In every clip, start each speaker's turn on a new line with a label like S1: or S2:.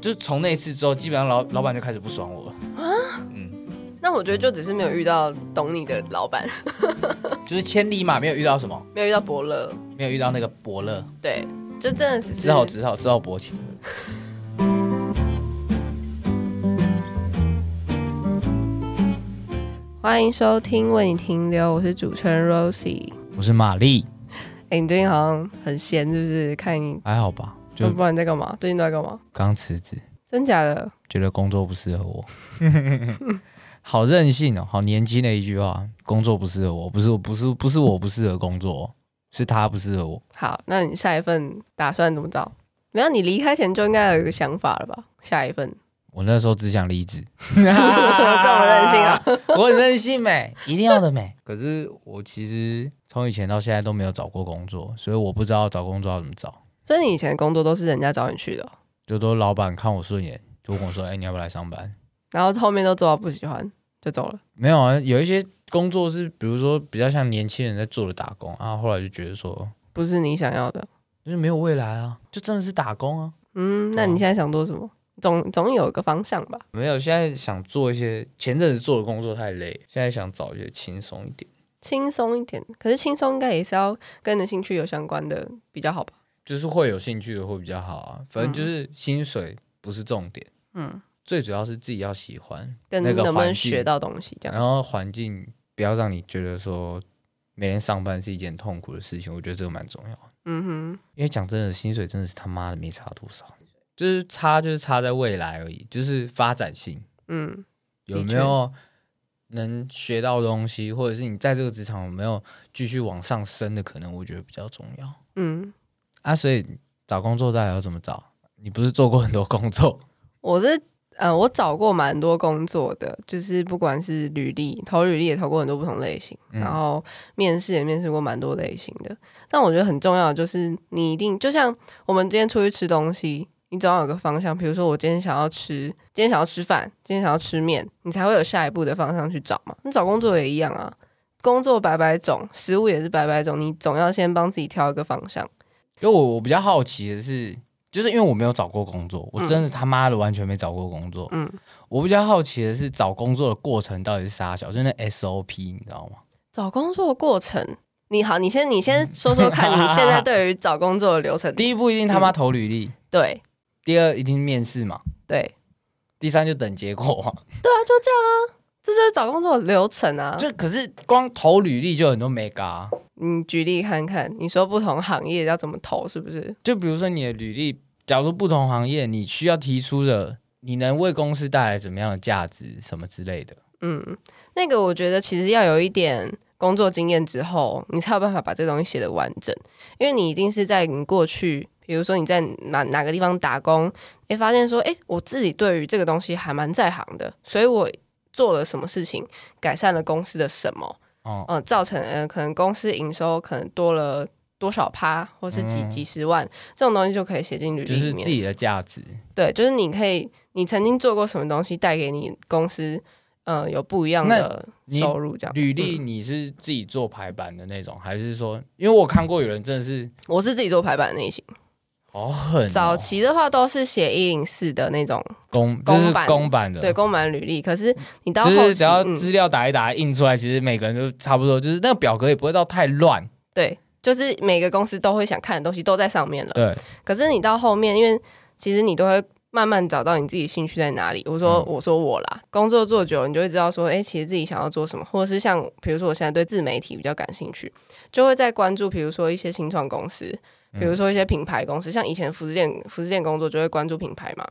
S1: 就是从那一次之后，基本上老老板就开始不爽我了。
S2: 那我觉得就只是没有遇到懂你的老板，
S1: 就是千里马没有遇到什么，
S2: 没有遇到伯乐，
S1: 没有遇到那个伯乐，
S2: 对，就真的只是
S1: 只好只好只好勃起。
S2: 欢迎收听为你停留，我是主持人 Rosie。
S1: 我是玛丽，
S2: 哎、你最近好像很闲，是不是？看你
S1: 还好吧？
S2: 都
S1: 就
S2: 不知道你在干嘛，最近都在干嘛？
S1: 刚辞职，
S2: 真假的？
S1: 觉得工作不适合我，好任性哦，好年轻的一句话，工作不适合我，不是我不是不是我不适合工作哦，是他不适合我。
S2: 好，那你下一份打算怎么找？没有，你离开前就应该有一个想法了吧？下一份
S1: 我那时候只想离 职， 这
S2: 么任性啊！
S1: 我很任性 美，一定要的美。可是我其实从以前到现在都没有找过工作，所以我不知道找工作要怎么找。
S2: 所以你以前的工作都是人家找你去的哦、
S1: 就都老板看我顺眼，就跟我说：“哎、你要不要来上班
S2: 然后后面都做到不喜欢就走了。？”
S1: 没有啊，有一些工作是，比如说比较像年轻人在做的打工啊，后来就觉得说，
S2: 不是你想要的，
S1: 就是没有未来啊，就真的是打工啊。
S2: 嗯，那你
S1: 哦
S2: 现在想做什么？总总有个方向吧。
S1: 没有，现在想做一些前阵子做的工作太累，现在想找一些轻松一点，
S2: 轻松一点，可是轻松应该也是要跟你的兴趣有相关的比较好吧？
S1: 就是会有兴趣的会比较好啊。反正就是薪水不是重点，
S2: 嗯，
S1: 最主要是自己要喜欢，
S2: 跟
S1: 那个
S2: 能不能
S1: 环境
S2: 学到东西这
S1: 然
S2: 样。
S1: 后环境不要让你觉得说每天上班是一件痛苦的事情，我觉得这个蛮重要的。
S2: 嗯哼，
S1: 因为讲真的，薪水真的是他妈的没差多少，就是差就是差在未来而已，就是发展性
S2: 嗯，
S1: 有没有能学到东西，或者是你在这个职场有没有继续往上升的可能，我觉得比较重要
S2: 嗯，
S1: 啊。所以找工作到底要怎么找？你不是做过很多工作？
S2: 我是呃，我找过蛮多工作的，就是不管是履历投履历也投过很多不同类型，
S1: 嗯
S2: 然后面试也面试过蛮多类型的。但我觉得很重要的就是你一定就像我们今天出去吃东西。你总要有个方向，比如说我今天想要吃，今天想要吃饭，今天想要吃面，你才会有下一步的方向去找嘛。你找工作也一样啊，工作百百种，食物也是百百种，你总要先帮自己挑一个方向。
S1: 就我我比较好奇的是，就是因为我没有找过工作，我真的他妈的完全没找过工作。
S2: 嗯，
S1: 我比较好奇的是找工作的过程到底是啥小，就是那 SOP 你知道吗？
S2: 找工作过程，你好，你先你先说说看，你现在对于找工作的流程，
S1: 嗯 第一步一定他妈投履
S2: 嗯
S1: 历，
S2: 对
S1: 第二一定面试嘛，
S2: 对
S1: 第三就等结果嘛。
S2: 对啊，就这样啊，这就是找工作的流程啊。
S1: 就可是光投履历就有很多没嘎、啊，
S2: 你举例看看，你说不同行业要怎么投，是不是？
S1: 就比如说你的履历，假如不同行业你需要提出的，你能为公司带来怎么样的价值，什么之类的。
S2: 嗯，那个我觉得其实要有一点工作经验之后，你才有办法把这东西写得完整，因为你一定是在你过去，比如说你在哪哪个地方打工，你会发现说，诶，我自己对于这个东西还蛮在行的，所以我做了什么事情，改善了公司的什么。
S1: 哦、
S2: 嗯，造成呃可能公司营收可能多了多少趴，或是几、
S1: 嗯
S2: 几十万这种东西就可以写进履
S1: 就
S2: 历
S1: 是
S2: 里
S1: 自
S2: 面。
S1: 己的价值。
S2: 对，就是你可以，你曾经做过什么东西带给你公司呃有不一样的
S1: 那你
S2: 收入这样。
S1: 履历
S2: 嗯
S1: 你是自己做排版的那种，还是说，因为我看过有人真的是
S2: 我是自己做排版的类型，
S1: 好狠、哦，
S2: 早期的话都是写一零四的那种
S1: 公就是
S2: 公版
S1: 公版的，
S2: 对公版履历，可是你到
S1: 就
S2: 后
S1: 是
S2: 期
S1: 只要
S2: 嗯
S1: 资料打一打印出来，其实每个人都差不多，就是那个表格也不会到太乱。
S2: 对，就是每个公司都会想看的东西都在上面了。
S1: 对，
S2: 可嗯是你到后面，因为其实你都会慢慢找到你自己兴趣在哪里。我说，我说我啦，工作做久了，你就会知道说，哎、其实自己想要做什么，或者是像比如说我现在对自媒体比较感兴趣，就会在关注，比如说一些新创公司，比
S1: 嗯
S2: 如说一些品牌公司，像以前服饰店服饰店工作就会关注品牌嘛，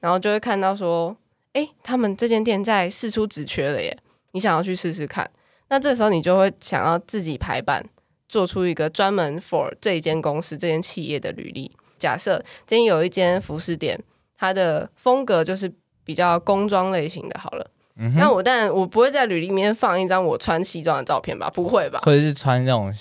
S2: 然后就会看到说，哎、他们这间店在试出职缺了耶，你想要去试试看。那这时候你就会想要自己排版，做出一个专门 for 这一间公司、这间企业的履历。假设今天有一间服饰店，它的风格就是比较工装类型的，好了。
S1: 嗯
S2: 那
S1: 哼，
S2: 我当然我不会在履历里面放一张我穿西装的照片吧？不会吧？
S1: 或者是穿那种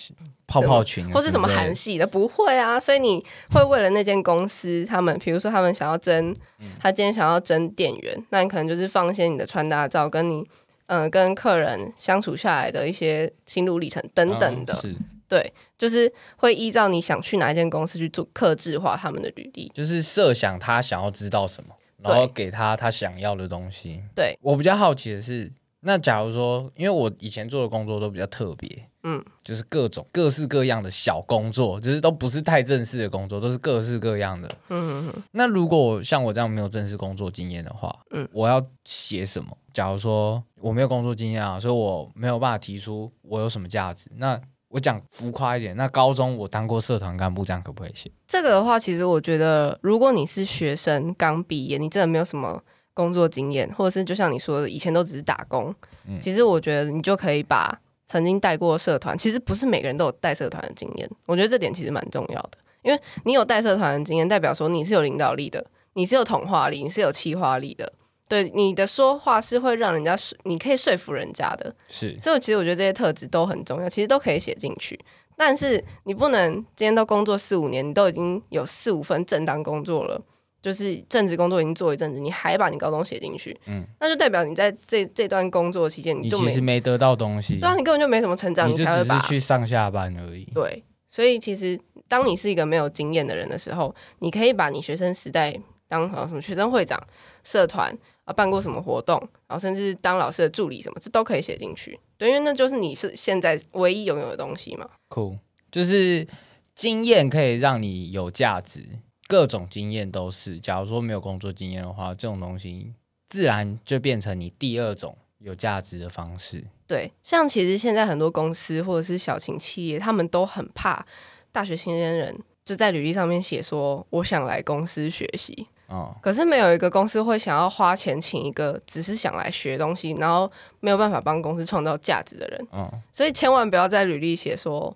S1: 泡泡裙啊，
S2: 或是什么
S1: 之类的
S2: 韩系的，不会啊。所以你会为了那间公司，他们比如说他们想要争，他今天想要争店员，那你可能就是放一些你的穿搭照，跟你嗯、呃跟客人相处下来的一些心路历程等等的，
S1: 嗯是
S2: 对，就是会依照你想去哪一间公司去做克制化他们的履历。
S1: 就是设想他想要知道什么，然后给他他想要的东西。
S2: 对，
S1: 我比较好奇的是，那假如说，因为我以前做的工作都比较特别，
S2: 嗯，
S1: 就是各种各式各样的小工作，就是都不是太正式的工作，都是各式各样的。
S2: 嗯嗯嗯，
S1: 那如果像我这样没有正式工作经验的话，
S2: 嗯
S1: 嗯，我要写什么？假如说我没有工作经验啊，所以我没有办法提出我有什么价值。那我讲浮夸一点，那高中我当过社团干部，这样可不可以写？
S2: 这个的话，其实我觉得，如果你是学生刚毕业，你真的没有什么工作经验，或者是就像你说的，以前都只是打工，
S1: 嗯
S2: 其实我觉得你就可以把曾经带过社团，其实不是每个人都有带社团的经验，我觉得这点其实蛮重要的，因为你有带社团的经验，代表说你是有领导力的，你是有统化力，你是有企划力的。对你的说话是会让人家说，你可以说服人家的，
S1: 是
S2: 所以其实我觉得这些特质都很重要，其实都可以写进去。但是你不能今天都工作四五年，你都已经有四五份正当工作了，就是正职工作已经做一阵子，你还把你高中写进去，
S1: 嗯
S2: 那就代表你在这这段工作期间
S1: 你
S2: 就
S1: 其
S2: 没
S1: 实没得到东西，
S2: 对啊，你根本就没什么成长，
S1: 你就
S2: 才会
S1: 只
S2: 把
S1: 是去上下班而已。
S2: 对。所以其实当你是一个没有经验的人的时候，你可以把你学生时代当呃什么学生会长、社团啊办过什么活动，然后甚至当老师的助理什么，这都可以写进去。对，因为那就是你是现在唯一拥有的东西嘛。
S1: 酷，就是经验可以让你有价值，各种经验都是。假如说没有工作经验的话，这种东西自然就变成你第二种有价值的方式。
S2: 对，像其实现在很多公司或者是小型企业，他们都很怕大学新鲜人就在履历上面写说我想来公司学习，
S1: 哦，
S2: 可是没有一个公司会想要花钱请一个只是想来学东西，然后没有办法帮公司创造价值的人。
S1: 嗯，
S2: 所以千万不要在履历写说，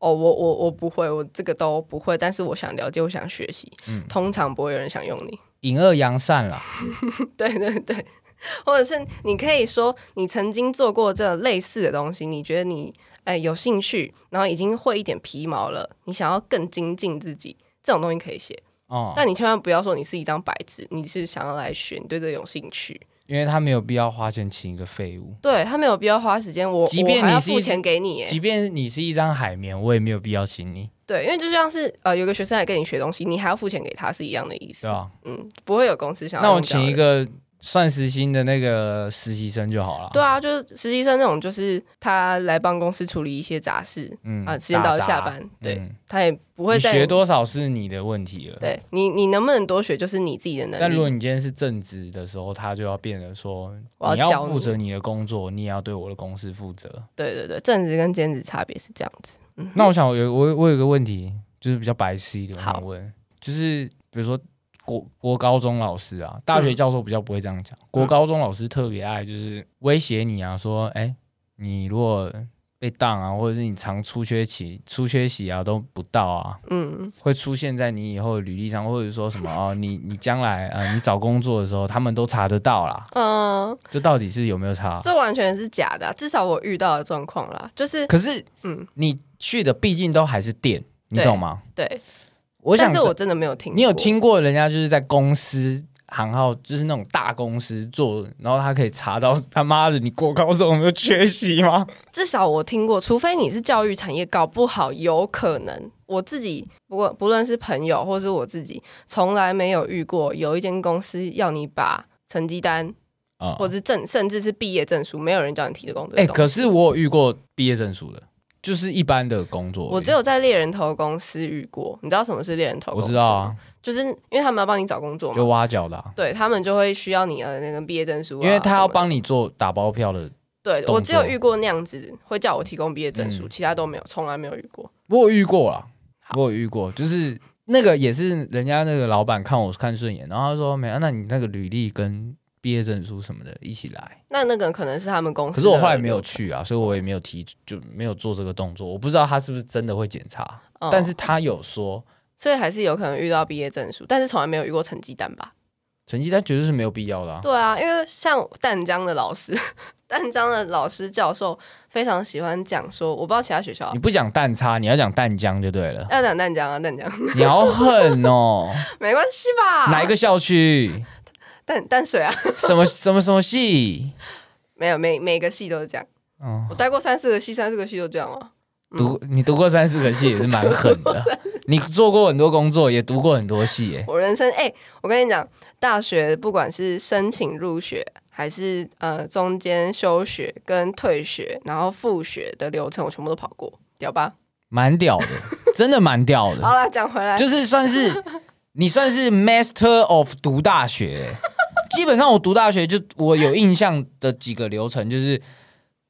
S2: 哦，我我我不会，我这个都不会，但是我想了解，我想学习。
S1: 嗯
S2: 通常不会有人想用你。
S1: 隐恶扬善啦。
S2: 对对对，或者是你可以说你曾经做过这类似的东西，你觉得你哎有兴趣，然后已经会一点皮毛了，你想要更精进自己，这种东西可以写。
S1: 哦，
S2: 但你千万不要说你是一张白纸，你是想要来学，你对这个有兴趣。
S1: 因为他没有必要花钱请一个废物，
S2: 对他没有必要花时间，我
S1: 即便
S2: 我还要
S1: 你是一
S2: 付
S1: 只
S2: 钱给你耶，
S1: 即便你是一张海绵，我也没有必要请你，
S2: 对，因为就像是呃，有个学生来跟你学东西，你还要付钱给他是一样的意思。
S1: 对吧？
S2: 嗯，不会有公司想要
S1: 那我
S2: 用这
S1: 请
S2: 样的
S1: 一
S2: 人。
S1: 个算时薪的那个实习生就好了。
S2: 对，啊，就是实习生那种，就是他来帮公司处理一些杂事
S1: 嗯
S2: 啊，时间到了
S1: 打杂
S2: 下班，对
S1: 嗯
S2: 他也不会
S1: 你
S2: 再
S1: 学多少是你的问题了。
S2: 对你，你能不能多学就是你自己的能
S1: 但如果
S2: 力。
S1: 你今天是正职的时候，他就要变得说，
S2: 我要
S1: 你
S2: 教
S1: 要
S2: 你嗯
S1: 负责你的工作，你也要对我的公司负责。
S2: 对对对，正职跟兼职差别是这样子。嗯，
S1: 那我想我有我我有个问题，就是比较白痴一点，我
S2: 好
S1: 想问，就是比如说国国高中老师啊，大
S2: 嗯
S1: 学教授比较不会这样讲，国高中老师特别爱就是威胁你啊，说，哎、你如果被当啊，或者是你常出缺席、出缺席啊都不到啊，
S2: 嗯，
S1: 会出现在你以后的履历上，或者说什么哦，你你将来呃，你找工作的时候，他们都查得到啦。
S2: 嗯，
S1: 这到底是有没有差？
S2: 这完全是假的啊、至少我遇到的状况啦，就是
S1: 可是
S2: 嗯，
S1: 你去的毕竟都还是店，你
S2: 对
S1: 懂吗？
S2: 对，
S1: 我想
S2: 但是我真的没有听，
S1: 你有？听过人家就是在公司行号，就是那种大公司做，然后他可以查到他妈的你过高中有没有缺席吗？
S2: 至少我听过，除非你是教育产业，搞不好有可能。我自己不过不论是朋友或是我自己，从来没有遇过有一间公司要你把成绩单
S1: 啊、
S2: 或是证，甚至是毕业证书，没有人叫你提的工作。
S1: 哎、可是我有遇过毕业证书的，就是一般的工作而已，
S2: 我只有在猎人头公司遇过，你知道什么是猎人头公
S1: 我
S2: 司？
S1: 知道，啊，
S2: 就是因为他们要帮你找工作
S1: 就
S2: 嘛，
S1: 挖角的啊、
S2: 对他们就会需要你的那个毕业证书啊、
S1: 因为他要
S2: 什么的
S1: 帮你做打包票的
S2: 对
S1: 动作
S2: 我只有遇过那样子会叫我提供毕业证书，
S1: 嗯
S2: 其他都没有，从来没有遇过。
S1: 我有遇过啦，
S2: 好
S1: 我有遇过，就是那个也是人家那个老板看我看顺眼，然后他说没有，啊那你那个履历跟毕业证书什么的一起来。
S2: 那那个可能是他们公司，
S1: 哦可是我后来没有去啊，所以我也没有提，就没有做这个动作。我不知道他是不是真的会检查，
S2: 嗯
S1: 但是他有说
S2: 所以还是有可能遇到毕业证书，但是从来没有遇过成绩单吧？
S1: 成绩单绝对是没有必要的、啊。
S2: 对啊，因为像淡江的老师， 淡江的老师教授非常喜欢讲说，我不知道其他学校啊。
S1: 你不讲蛋差，你要讲蛋浆就对 了
S2: 要讲淡江啊，淡江
S1: 你好狠哦！
S2: 没关系吧？
S1: 哪一个校区？
S2: 淡淡水啊？
S1: 什么什么什么系？
S2: 没有，每每个系都是这样。
S1: 嗯，
S2: 我待过三四个系，三四个系都这样啊。
S1: 读你读过三四个系也是蛮狠的，你做过很多工作，也读过很多戏，哎，
S2: 我人生哎、我跟你讲，大学不管是申请入学，还是呃中间休学跟退学，然后复学的流程，我全部都跑过，屌吧？
S1: 蛮屌的， 真的蛮屌的。
S2: 好啦，讲回来，
S1: 就是算是你算是 master of 读大学欸、基本上我读大学就我有印象的几个流程就是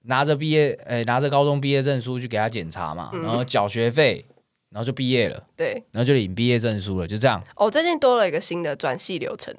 S1: 拿着毕业，诶、拿着高中毕业证书去给他检查嘛，
S2: 嗯
S1: 然后缴学费，然后就毕业了，
S2: 对
S1: 然后就领毕业证书了，就这样。
S2: 哦，最近多了一个新的转系流程。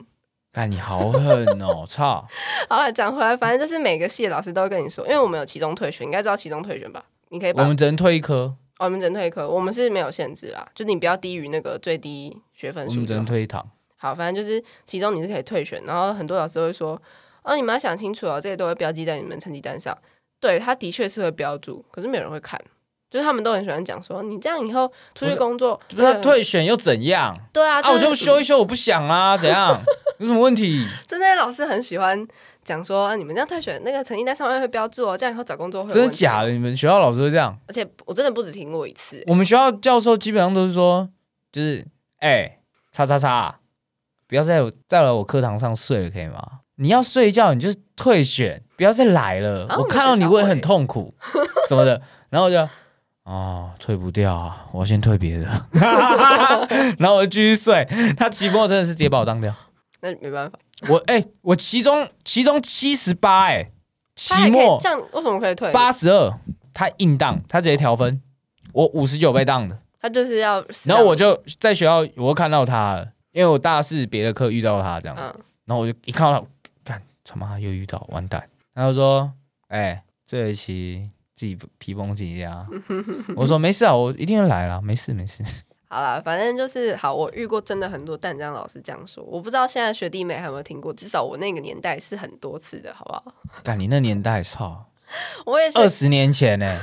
S1: 看你好狠 哦，操！
S2: 好了，讲回来，反正就是每个系的老师都会跟你说，因为我们有期中退学，你应该知道期中退学吧？你可哎以把
S1: 我们只能退一科，
S2: 哦我们只能退一科，我们是没有限制啦，就你不要低于那个最低学分
S1: 我
S2: 数
S1: 们只
S2: 就好
S1: 能。退一堂。
S2: 好，反正就是其中你是可以退选，然后很多老师都会说，哦，你们要想清楚哦，这些都会标记在你们成绩单上。对，他的确是会标注，可是没有人会看，就是他们都很喜欢讲说，你这样以后
S1: 不
S2: 出去
S1: 是
S2: 工作，
S1: 那
S2: 对
S1: 退选又怎样？
S2: 对啊，
S1: 啊，我
S2: 是
S1: 就修一修，我不想啦，怎 样？有什么问题？
S2: 就那些老师很喜欢讲说，啊你们这样退选，那个成绩单上面会标注哦，这样以后找工作会有
S1: 真的
S2: 问题哦
S1: 假的？你们学校老师会这样？
S2: 而且我真的不止听过一次，
S1: 我们学校教授基本上都是说，就是哎、叉叉叉，不要再有再来我课堂上睡了，可以吗？你要睡觉，你就退选，不要再来了。
S2: 啊
S1: 我
S2: 我们
S1: 看到
S2: 学
S1: 你
S2: 校
S1: 会
S2: 会
S1: 很痛苦 什么的。然后我就哦，退不掉啊，我要先退别的。 然后我就继续睡。他期末真的是直接把我当掉。
S2: 那没办法。
S1: 我哎、我期中期中七十八哎，期
S2: 他还可以
S1: 末
S2: 这样，为什么可以退？
S1: 八十二，他硬当，他直接调分。我五十九被当的。
S2: 他就是要死
S1: 然
S2: 要，
S1: 后我就在学校，我又看到他了，因为我大四别的课遇到他这样，
S2: 嗯，
S1: 然后我就一看到他，干他妈又遇到，完蛋！然后说，哎、这学期自己皮绷紧一点 啊。我说没事啊，我一定会来啦，没事没事。
S2: 好啦，反正就是好，我遇过真的很多淡江老师这样说，我不知道现在学弟妹还有没有听过，至少我那个年代是很多次的，好不好？
S1: 干你那年代，操，
S2: 我也
S1: 二
S2: 是，
S1: 十年前呢、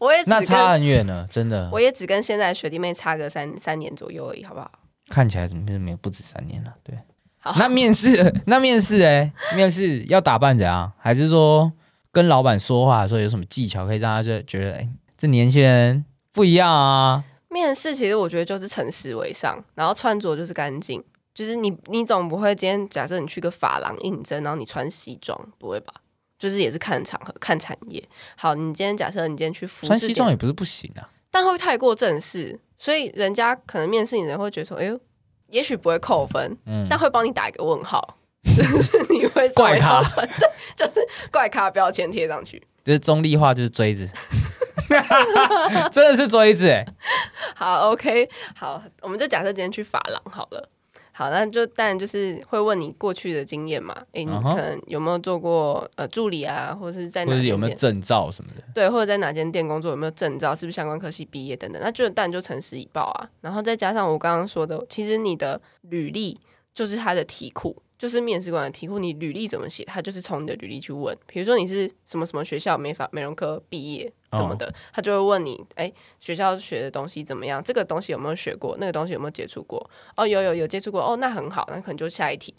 S2: 我也只
S1: 那差
S2: 跟
S1: 很远呢，真的
S2: 我。也只跟现在学弟妹差个三三年左右而已，好不好？
S1: 看起来怎么没有不止三年了？对啊
S2: 好。
S1: 那面试， 那面试，哎，面试要打扮怎样？还是说跟老板说话的时候有什么技巧可以让他就觉得，哎、这年轻人不一样啊？
S2: 面试其实我觉得就是诚实为上，然后穿着就是干净，就是你你总不会今天假设你去个发廊应征，然后你穿西装，不会吧？就是也是看场合、看产业。好，你今天假设你今天去服
S1: 穿
S2: 饰
S1: 西
S2: 店，
S1: 装也不是不行啊。
S2: 但会太过正式，所以人家可能面试你的人会觉得说，哎呦，也许不会扣分，
S1: 嗯，
S2: 但会帮你打一个 问号，就是你会稍微
S1: 怪咖
S2: 要穿，对，就是怪咖标签贴上去。
S1: 就是中立化，就是锥子， 真的是锥子、哎，
S2: 好，OK，好，我们就假设今天去法郎好了。好，那就当然就是会问你过去的经验嘛，诶，你
S1: 嗯哼
S2: 可能有没有做过呃助理啊，或者是在
S1: 或
S2: 哪
S1: 者
S2: 间
S1: 有没有
S2: 店
S1: 证照什么的？
S2: 对，或者在哪间店工作，有没有证照，是不是相关科系毕业等等，那就当然就诚实以报啊。然后再加上我刚刚说的，其实你的履历就是他的题库，就是面试官的题库，你履历怎么写，他就是从你的履历去问。比如说你是什么什么学校美发美容科毕业什么的，他就会问你，哎，学校学的东西怎么样？这个东西有没有学过？那个东西有没有接触过？哦，有有有接触过，哦，那很好，那可能就下一题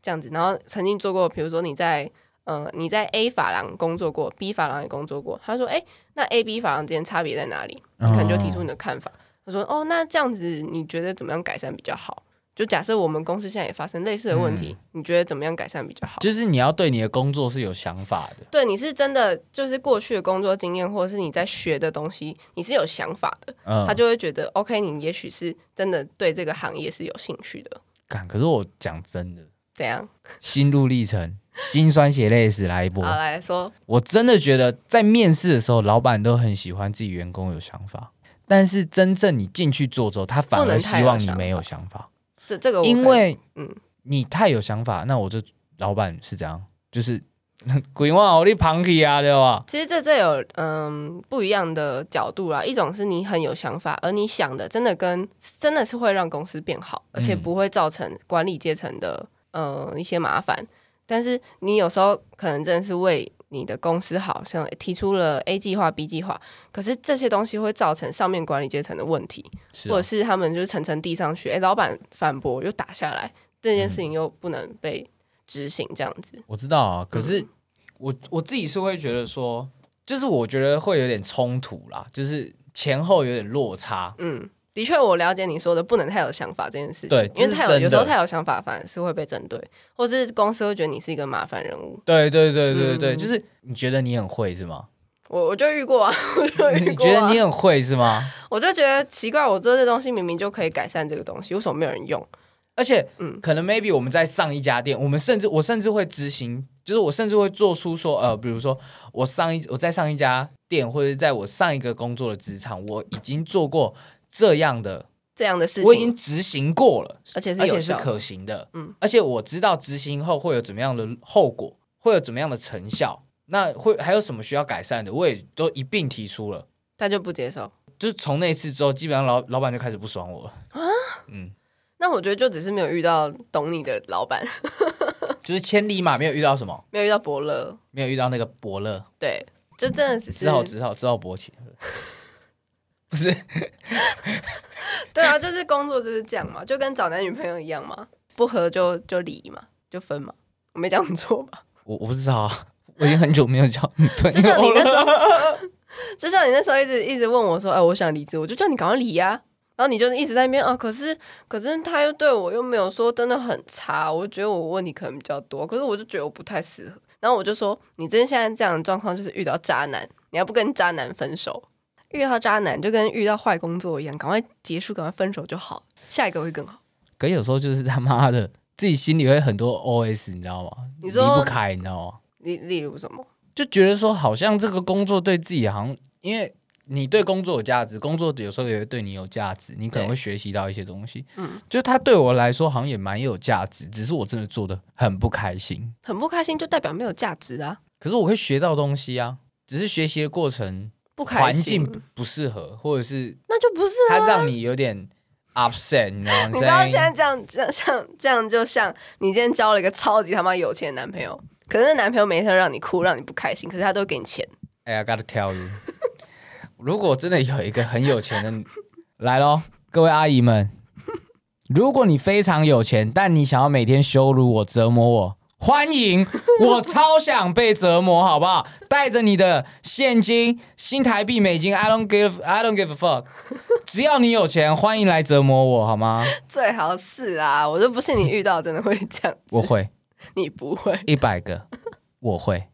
S2: 这样子。然后曾经做过，比如说你在。呃，你在 A 发廊工作过，B 发廊也工作过。他说：“哎、那 A、B 法郎之间差别在哪里？
S1: 哦嗯
S2: 你可能就提出你的看法。他说：“哦，那这样子你觉得怎么样改善比较好？”就假设我们公司现在也发生类似的问题，你觉得怎么样改善比较好？
S1: 嗯就是你要对你的工作是有想法的。
S2: 对，你是真的就是过去的工作经验，或者是你在学的东西，你是有想法的，
S1: 嗯
S2: 他，就会觉得 OK，你也许是真的对这个行业是有兴趣的。
S1: 干，可是我讲真的，
S2: 怎样？
S1: 心路历程，心酸血泪史来一波。
S2: 好来说，
S1: 我真的觉得在面试的时候，老板都很喜欢自己员工有想法，但是真正你进去做之后，他反而希望你没有想法，
S2: 这这个我
S1: 因
S2: 可以
S1: 为
S2: 嗯
S1: 你太有想法，那我这老板是怎样？就是 鬼话，我你旁体啊，对吧？
S2: 其实这这有嗯不一样的角度啦，一种是你很有想法，而你想的真的跟真的是会让公司变好，而且
S1: 嗯
S2: 不会造成管理阶层的呃一些麻烦。但是你有时候可能真的是为你的公司好，像提出了 A 计划、B 计划，可是这些东西会造成上面管理阶层的问题，
S1: 是
S2: 或
S1: 啊
S2: 者是他们就是层层递上去，哎、老板反驳又打下来，这
S1: 嗯
S2: 件事情又不能被执行，这样子。
S1: 我知道
S2: 嗯
S1: 啊，可是我我自己是会觉得说，就是我觉得会有点冲突啦，就是前后有点落差。
S2: 嗯，的确，我了解你说的不能太有想法这件事情，
S1: 对
S2: 因为
S1: 这是
S2: 太有
S1: 真的
S2: 有时候太有想法反而是会被针对，或是公司会觉得你是一个麻烦人物。
S1: 对对对对对，
S2: 嗯
S1: 就是你觉得你很会是吗？
S2: 我我就遇过啊， 我就遇
S1: 你
S2: 过、啊。
S1: 觉得你很会是吗？
S2: 我就觉得奇怪，我做这东西明明就可以改善这个东西，为什么没有人用？
S1: 而且，
S2: 嗯
S1: 可能 maybe 我们在上一家店，我们甚至我甚至会执行，就是我甚至会做出说，呃，比如说我上一我在上一家店，或者是在我上一个工作的职场，我已经做过这样的，
S2: 这样的事
S1: 我已经
S2: 情，
S1: 执行过了，
S2: 而且是
S1: 而
S2: 有
S1: 且是
S2: 效的
S1: 可行的，
S2: 嗯
S1: 而且我知道执行后会有怎么样的后果，会有怎么样的成效，那会还有什么需要改善的，我也都一并提出了。
S2: 他就不接受。
S1: 就是从那次之后，基本上老老板就开始不爽我了
S2: 啊，
S1: 嗯，
S2: 那我觉得就只是没有遇到懂你的老板，
S1: 就是千里马没有遇到什么。
S2: 没有遇到伯乐，
S1: 没有遇到那个伯乐，
S2: 对，就真的只是
S1: 只好只好只好勃起，不是？
S2: 对啊，就是工作就是这样嘛，就跟找男女朋友一样嘛，不合就就离嘛，就分嘛，我没讲错吧？
S1: 我我不知道啊，我已经很久没有交女朋
S2: 就像你
S1: 友
S2: 那
S1: 了。
S2: 时候， 就像你那时候一直一直问我说，哎、我想离职，我就叫你赶快离呀、然后你就一直在那边啊，可是可是他又对我又没有说真的很差，我觉得我问题可能比较多，可是我就觉得我不太适合。然后我就说，你真现在这样的状况就是遇到渣男，你要不跟渣男分手，遇到渣男就跟遇到坏工作一样，赶快结束，赶快分手就好，下一个会更好。
S1: 可有时候就是他妈的，自己心里会很多 OS，你知道吗？
S2: 你
S1: 离
S2: 说
S1: 不开，你知道吗？
S2: 例例如什么？
S1: 就觉得说好像这个工作对自己好像，因为你对工作有价值，工作有时候也会对你有价值，你可能
S2: 对
S1: 会学习到一些东西。
S2: 嗯
S1: 嗯，就他对我来说好像也蛮有价值，只是我真的做的很不开心。
S2: 很不开心就代表没有价值啊，
S1: 可是我会学到东西啊，只是学习的过程
S2: 不开
S1: 环
S2: 心
S1: 境不适合，或者是
S2: 那就不是啊。
S1: 它让你有点 upset，你知道吗？
S2: 你知道现在这样这样像这样，就像你今天交了一个超级他妈有钱的男朋友，可是那男朋友每天都让你哭，让你不开心，可是他都给你钱。
S1: 哎呀、gotta tell you，如果真的有一个很有钱的，来咯，各位阿姨们，如果你非常有钱，但你想要每天羞辱我、折磨我，欢 迎，我超想被折磨，好不好？带着你的现金、新台币、美金，I don't give, I don't give a fuck，只要你有钱，欢迎来折磨我，好吗？
S2: 最好是啊，我就不信你遇到真的会这样，
S1: 我会
S2: 你不会。
S1: 一百个，我会，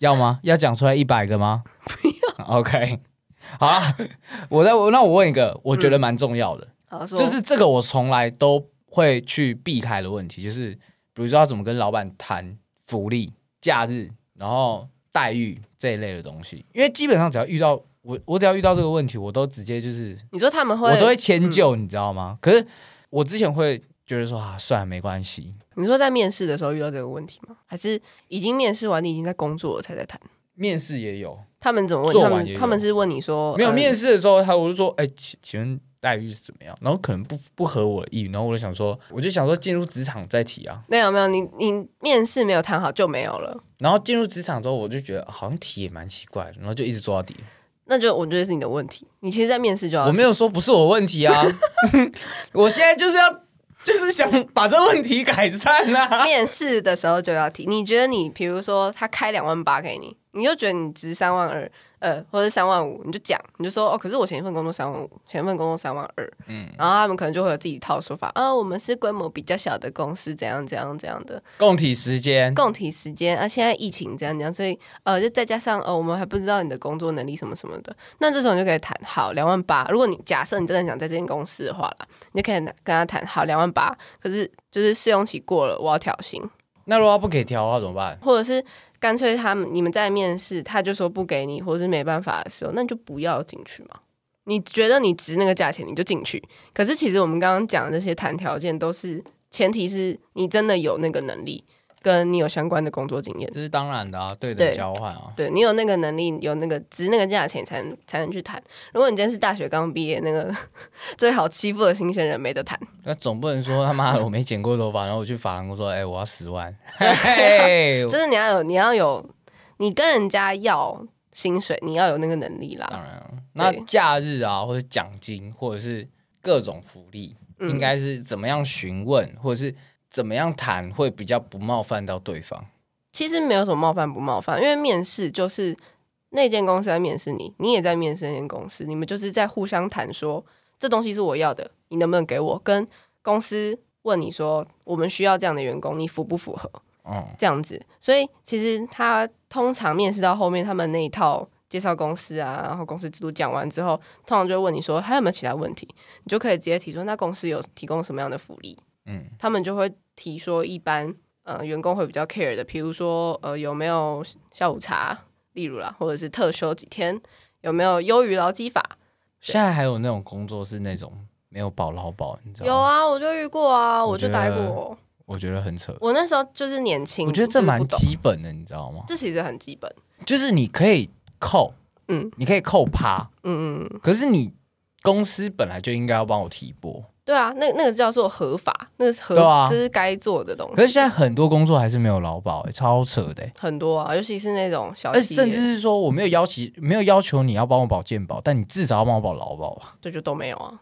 S1: 要吗？要讲出来一百个吗？不要。OK，好啊，我再我那我问一个，我觉得蛮重要的，
S2: 好说，
S1: 就是这个我从来都会去避开的问题，就是比如说要怎么跟老板谈福利、假日，然后待遇这一类的东西，因为基本上只要遇到我，我只要遇到这个问题，我都直接就是
S2: 你说他们会，
S1: 我都会迁就，你知道吗？可是我之前会觉得说啊，算了，没关系，
S2: 你说在面试的时候遇到这个问题吗？还是已经面试完，你已经在工作了才在谈？
S1: 面试也有。
S2: 他们怎么问？
S1: 做
S2: 他
S1: 完
S2: 们
S1: 也有
S2: 他们是问你说呃
S1: 没有面
S2: 试、
S1: 试的时候，他我就说，哎、请请问待遇是怎么样？然后可能不不合我的意，然后我就想说，我就想说进入职场再提啊。
S2: 没有没有，你你面试没有谈好就没有了，
S1: 然后进入职场之后，我就觉得好像提也蛮奇怪的，然后就一直做到底。
S2: 那就我觉得是你的问题。你其实，在面试就要
S1: 我没有说不是我问题啊， 我现在啊就是要就是想把这问题改善 啊。
S2: 面试的时候就要提。你觉得你，比如说他开两万八给你，你就觉得你值三万二，呃，或者三万五，你就讲，你就说哦，可是我前一份工作三万五，前一份工作三万二，嗯，然后他们可能就会有自己套说法，啊，我们是规模比较小的公司，怎样怎样怎样的，
S1: 共体时间，
S2: 供体时间啊，现在疫情怎样怎样，所以呃，就再加上呃，我们还不知道你的工作能力什么什么的，那这时候你就可以谈好两万八。如果你假设你真的想在这间公司的话啦，你就可以跟他谈好两万八，可是就是试用期过了，我要调薪。
S1: 那如果他不给调的话怎么办？
S2: 或者是干脆他们你们在面试，他就说不给你，或者是没办法的时候，那你就不要进去嘛。你觉得你值那个价钱，你就进去。可是其实我们刚刚讲的这些谈条件，都是前提是你真的有那个能力，跟你有相关的工作经验。
S1: 这是当然的啊，对
S2: 对
S1: 等交换啊。
S2: 对你有那个能力，有那个值那个价钱，才能才能去谈。如果你今天是大学刚毕业，那个 最好欺负的新鲜人没得谈。
S1: 那总不能说他妈的我没剪过头发，然后我去发廊我说，哎、我要十万， 嘿嘿
S2: 就是你要有，你要有，你跟人家要薪水，你要有那个能力啦。
S1: 当然啊，那假日啊，或者奖金，或者是各种福利，
S2: 嗯
S1: 应该是怎么样询问，或者是怎么样谈，会比较不冒犯到对方。
S2: 其实没有什么冒犯不冒犯，因为面试就是那间公司在面试你，你也在面试那间公司，你们就是在互相谈说这东西是我要的，你能不能给我？跟公司问你说我们需要这样的员工，你符不符合？
S1: 哦，
S2: 这样子。所以其实他通常面试到后面，他们那一套介绍公司啊，然后公司制度讲完之后，通常就会问你说还有没有其他问题，你就可以直接提出那公司有提供什么样的福利，
S1: 嗯，
S2: 他们就会提说一般呃员工会比较 care 的，比如说呃有没有下午茶，例如啦，或者是特休几天，有没有优于劳基法。
S1: 现在还有那种工作是那种没有保劳保，你知道
S2: 有
S1: 吗？
S2: 啊，我就遇过啊，
S1: 哦我
S2: 我就
S1: 觉
S2: 待
S1: 得
S2: 过。
S1: 我觉得很扯，
S2: 我那时候就是年轻，
S1: 我觉得这
S2: 就是不
S1: 蛮
S2: 懂，
S1: 基本的，你知道吗？
S2: 这其实很基本。
S1: 就是你可以扣，
S2: 嗯
S1: 你可以扣趴，
S2: 嗯嗯嗯。
S1: 可是你公司本来就应该要帮我提拨，
S2: 对啊，那那个叫做合法，那个是合，
S1: 对啊
S2: 这是该做的东西。
S1: 可是现在很多工作还是没有劳保、欸，超扯的、欸。
S2: 很多啊，尤其是那种小
S1: 而且
S2: 企业，
S1: 呃甚至是说我没有要求，没有要求你要帮我保健保，但你至少要帮我保劳保吧？
S2: 这就都没有啊，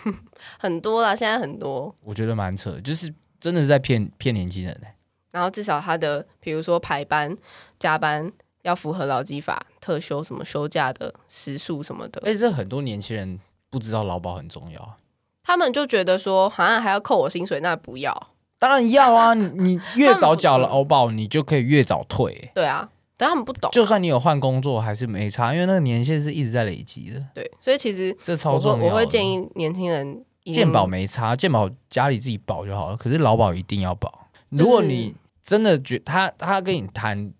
S2: 很多啦，现在很多。
S1: 我觉得蛮扯，就是真的是在骗骗年轻人、欸、
S2: 然后至少他的，比如说排班、加班要符合劳基法、特休什么休假的时数什么的，
S1: 而且这很多年轻人不知道劳保很重要啊。
S2: 他们就觉得说，好像还要扣我薪水，那不要。
S1: 当然要啊，你 你越早缴
S2: 他们不
S1: 劳保，你就可以越早退 欸、
S2: 对啊，但他们不懂啊、
S1: 就算你有换工作，还是没差，因为那个年限是一直在累积的，
S2: 对，所以其实
S1: 这超
S2: 我会
S1: 重要的
S2: 我会建议年轻人一定
S1: 健保没差，健保家里自己保就好了。可是劳保一定要保。
S2: 就是
S1: 如果你真的觉他他跟你谈，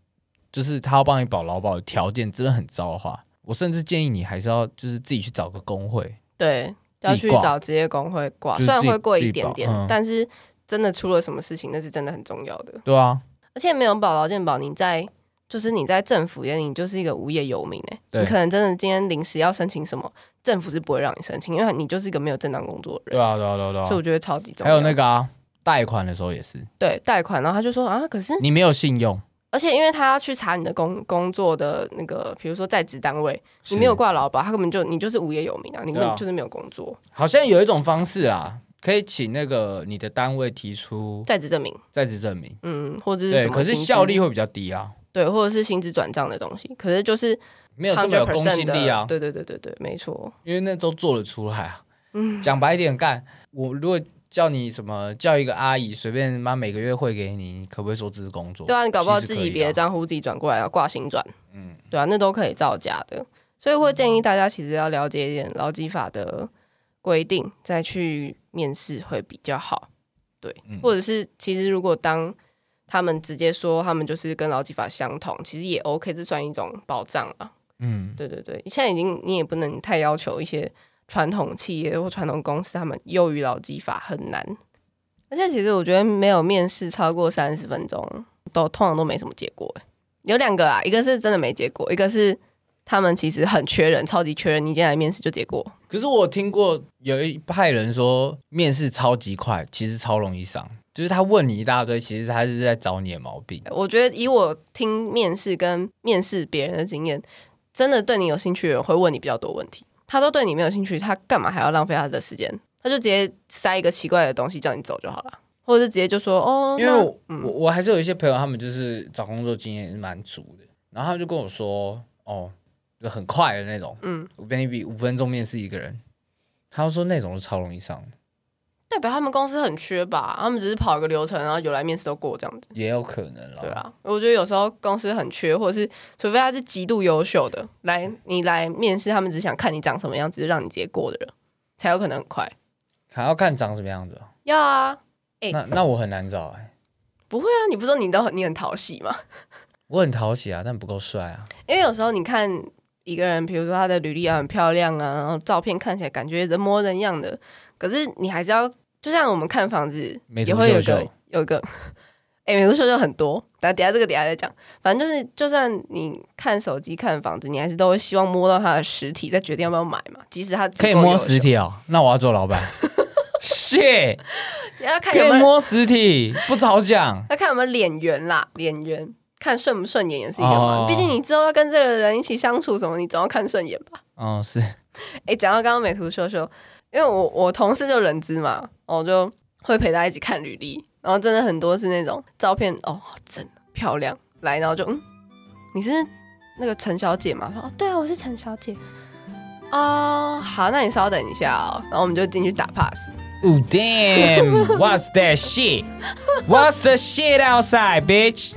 S1: 就是他要帮你保劳保的条件真的很糟的话，我甚至建议你还是要就是自己去找个工会。
S2: 对，
S1: 自己
S2: 要去
S1: 挂
S2: 找职业工会挂，
S1: 就是
S2: 虽然
S1: 自己
S2: 会贵
S1: 自己
S2: 一点
S1: 保
S2: 点，
S1: 嗯
S2: 但是真的出了什么事情，那是真的很重要的。
S1: 对啊，
S2: 而且没有保劳健保，你在就是你在政府眼里，你就是一个无业游民哎、
S1: 对
S2: 你可能真的今天临时要申请什么，政府是不会让你申请，因为你就是一个没有正当工作的人，
S1: 对啊，对啊，对啊，对
S2: 所以
S1: 啊。
S2: 我觉得超级重
S1: 还
S2: 要。
S1: 有那个啊，贷款的时候也是，
S2: 对贷款，然后他就说啊，可是
S1: 你没有信用，
S2: 而且因为他要去查你的工工作的那个，比如说在职单位，你没有
S1: 是，
S2: 挂劳保，他根本就你就是无业游民啊，你根
S1: 对
S2: 本
S1: 啊
S2: 就是没有工作，
S1: 好像有一种方式啊，可以请那个你的单位提出
S2: 在职证明，
S1: 在职证明。
S2: 嗯，或者是
S1: 对，
S2: 什么
S1: 可是
S2: 薪资
S1: 效率会比较低啊，
S2: 对，或者是薪资转账的东西，可是就是
S1: 没有这么有公信力啊
S2: 100%的。对对对对对，没错，
S1: 因为那都做得出来啊。
S2: 嗯，
S1: 讲白一点干，我如果叫你什么叫一个阿姨随便妈每个月汇给你，你可不可以说这是工作？
S2: 对啊，你搞不好
S1: 其
S2: 自
S1: 实可以
S2: 己别的账户自己转过来，然后挂新转，
S1: 嗯，
S2: 对啊，那都可以造假的。所以会建议大家其实要了解一点劳基法的规定，再去面试会比较好。对，
S1: 嗯
S2: 或者是其实如果当他们直接说他们就是跟劳基法相同，其实也 OK，这算一种保障啊。
S1: 嗯，
S2: 对对对，现在已经你也不能太要求一些传统企业或传统公司，他们优于劳基法很难。而且其实我觉得没有面试超过三十分钟，都通常都没什么结果欸。有两个啊，一个是真的没结果，一个是他们其实很缺人，超级缺人，你今天来面试就结果。
S1: 可是我听过有一派人说面试超级快，其实超容易上，就是他问你一大堆，其实他是在找你的毛病。
S2: 我觉得以我听面试跟面试别人的经验，真的对你有兴趣的人会问你比较多问题。他都对你没有兴趣，他干嘛还要浪费他的时间？他就直接塞一个奇怪的东西叫你走就好了，或者是直接就说哦，
S1: 因为
S2: 那
S1: 我、我我还是有一些朋友，他们就是找工作经验也是蛮足的，然后他们就跟我说，哦，就很快的那种，
S2: 嗯，
S1: 我 maybe 五分钟面试一个人，他就说那种就超容易上的，
S2: 代表他们公司很缺吧，他们只是跑一个流程，然后有来面试都过这样子。
S1: 也有可能啦。
S2: 对啊，我觉得有时候公司很缺，或者是除非他是极度优秀的，来你来面试，他们只想看你长什么样子，就让你直接过的人，才有可能很快。
S1: 还要看长什么样子哦。
S2: 要啊，哎
S1: 那那我很难找哎、
S2: 不会啊，你不是说你都很你很讨喜吗？
S1: 我很讨喜啊，但不够帅啊。
S2: 因为有时候你看一个人，比如说他的履历啊很漂亮啊，然后照片看起来感觉人模人样的，可是你还是要，就像我们看房子
S1: 美图
S2: 也会有一
S1: 秀
S2: 个
S1: 秀
S2: 有一个， 哎、美图秀秀很多，但等一下这个等一下再讲。反正就是，就算你看手机看房子，你还是都会希望摸到他的实体，再决定要不要买嘛。即使他
S1: 可以摸实，体哦，那我要做老 板。谢，
S2: 你要 看
S1: 可
S2: 有
S1: 以
S2: 没有，
S1: 摸实体，不早讲。
S2: 要看有没有脸缘啦，脸缘。看顺不顺眼也是一个
S1: 哦
S2: 嘛，毕竟你之后要跟这个人一起相处什么，你总要看顺眼吧。
S1: 哦，是，
S2: 哎、讲到刚刚美图秀秀，因为我我同事就人资嘛，我就会陪他一起看履历，然后真的很多是那种照片哦，好真漂亮，来，然后就嗯，你是那个陈小姐吗？说哦，对啊，我是陈小姐。哦，哦，好，那你稍等一下哦，然后我们就进去打 pass。
S1: Oh damn! What's that shit? What's the shit outside, bitch?